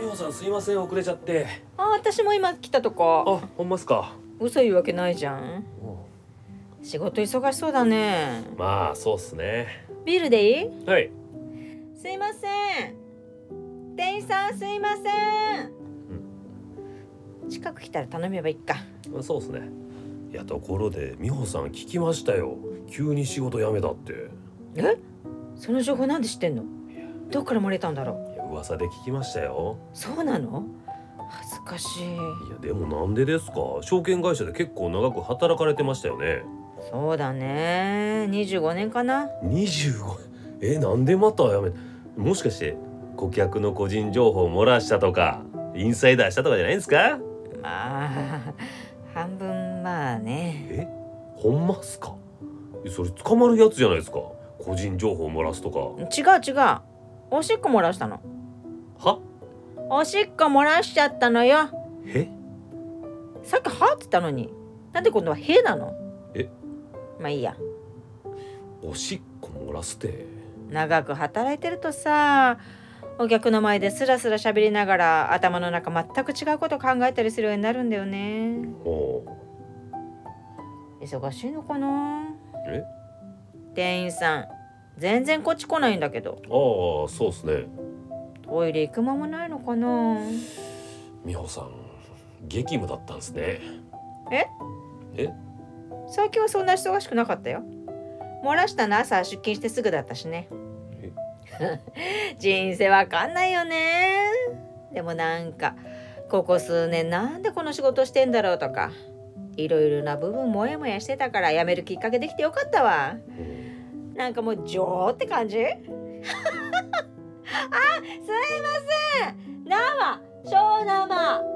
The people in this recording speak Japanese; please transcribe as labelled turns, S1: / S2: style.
S1: ようさんすいません遅れちゃって
S2: あ私も今来たとこ
S1: あほんますか
S2: 嘘言うわけないじゃん仕事忙しそうだね
S1: まあそうっすね
S2: ビールでいい
S1: はい
S2: すいません店員さんすいません、近く来たら頼めばいいか
S1: まあそうっすねいやところで美穂さん聞きましたよ急に仕事辞めたって
S2: えその情報なんで知ってんのどっから漏れたんだろ
S1: いや噂で聞きましたよ
S2: うそうなの恥ずかしい
S1: いやでもなんでですか証券会社で結構長く働かれてましたよね
S2: そうだね25年かな
S1: 25えなんでまた辞めもしかして顧客の個人情報を漏らしたとかインサイダーしたとかじゃないんですか
S2: まあ半分まあね
S1: えほんまっすかそれ捕まるやつじゃないですか個人情報漏らすとか
S2: 違う違うおしっこ漏らしたの
S1: は
S2: おしっこ漏らしちゃったのよ
S1: え
S2: さっき「は」って言ったのになんで今度は「へ」なの
S1: え
S2: まあいいや
S1: おしっこ漏らすて
S2: 長く働いてるとさお客の前でスラスラ喋りながら頭の中全く違うこと考えたりするようになるんだよね
S1: お
S2: 忙しいのかな
S1: え
S2: 店員さん全然こっち来ないんだけど
S1: ああそうっすね
S2: トイレ行く間もないのかな
S1: 美穂さん激務だったんですね
S2: 最近はそんな忙しくなかったよ漏らしたの朝出勤してすぐだったしね 人生わかんないよねでもなんかここ数年なんでこの仕事してんだろうとかいろいろな部分モヤモヤしてたから辞めるきっかけできてよかったわ
S1: うん
S2: なんかもう女王って感じ あすいません生小生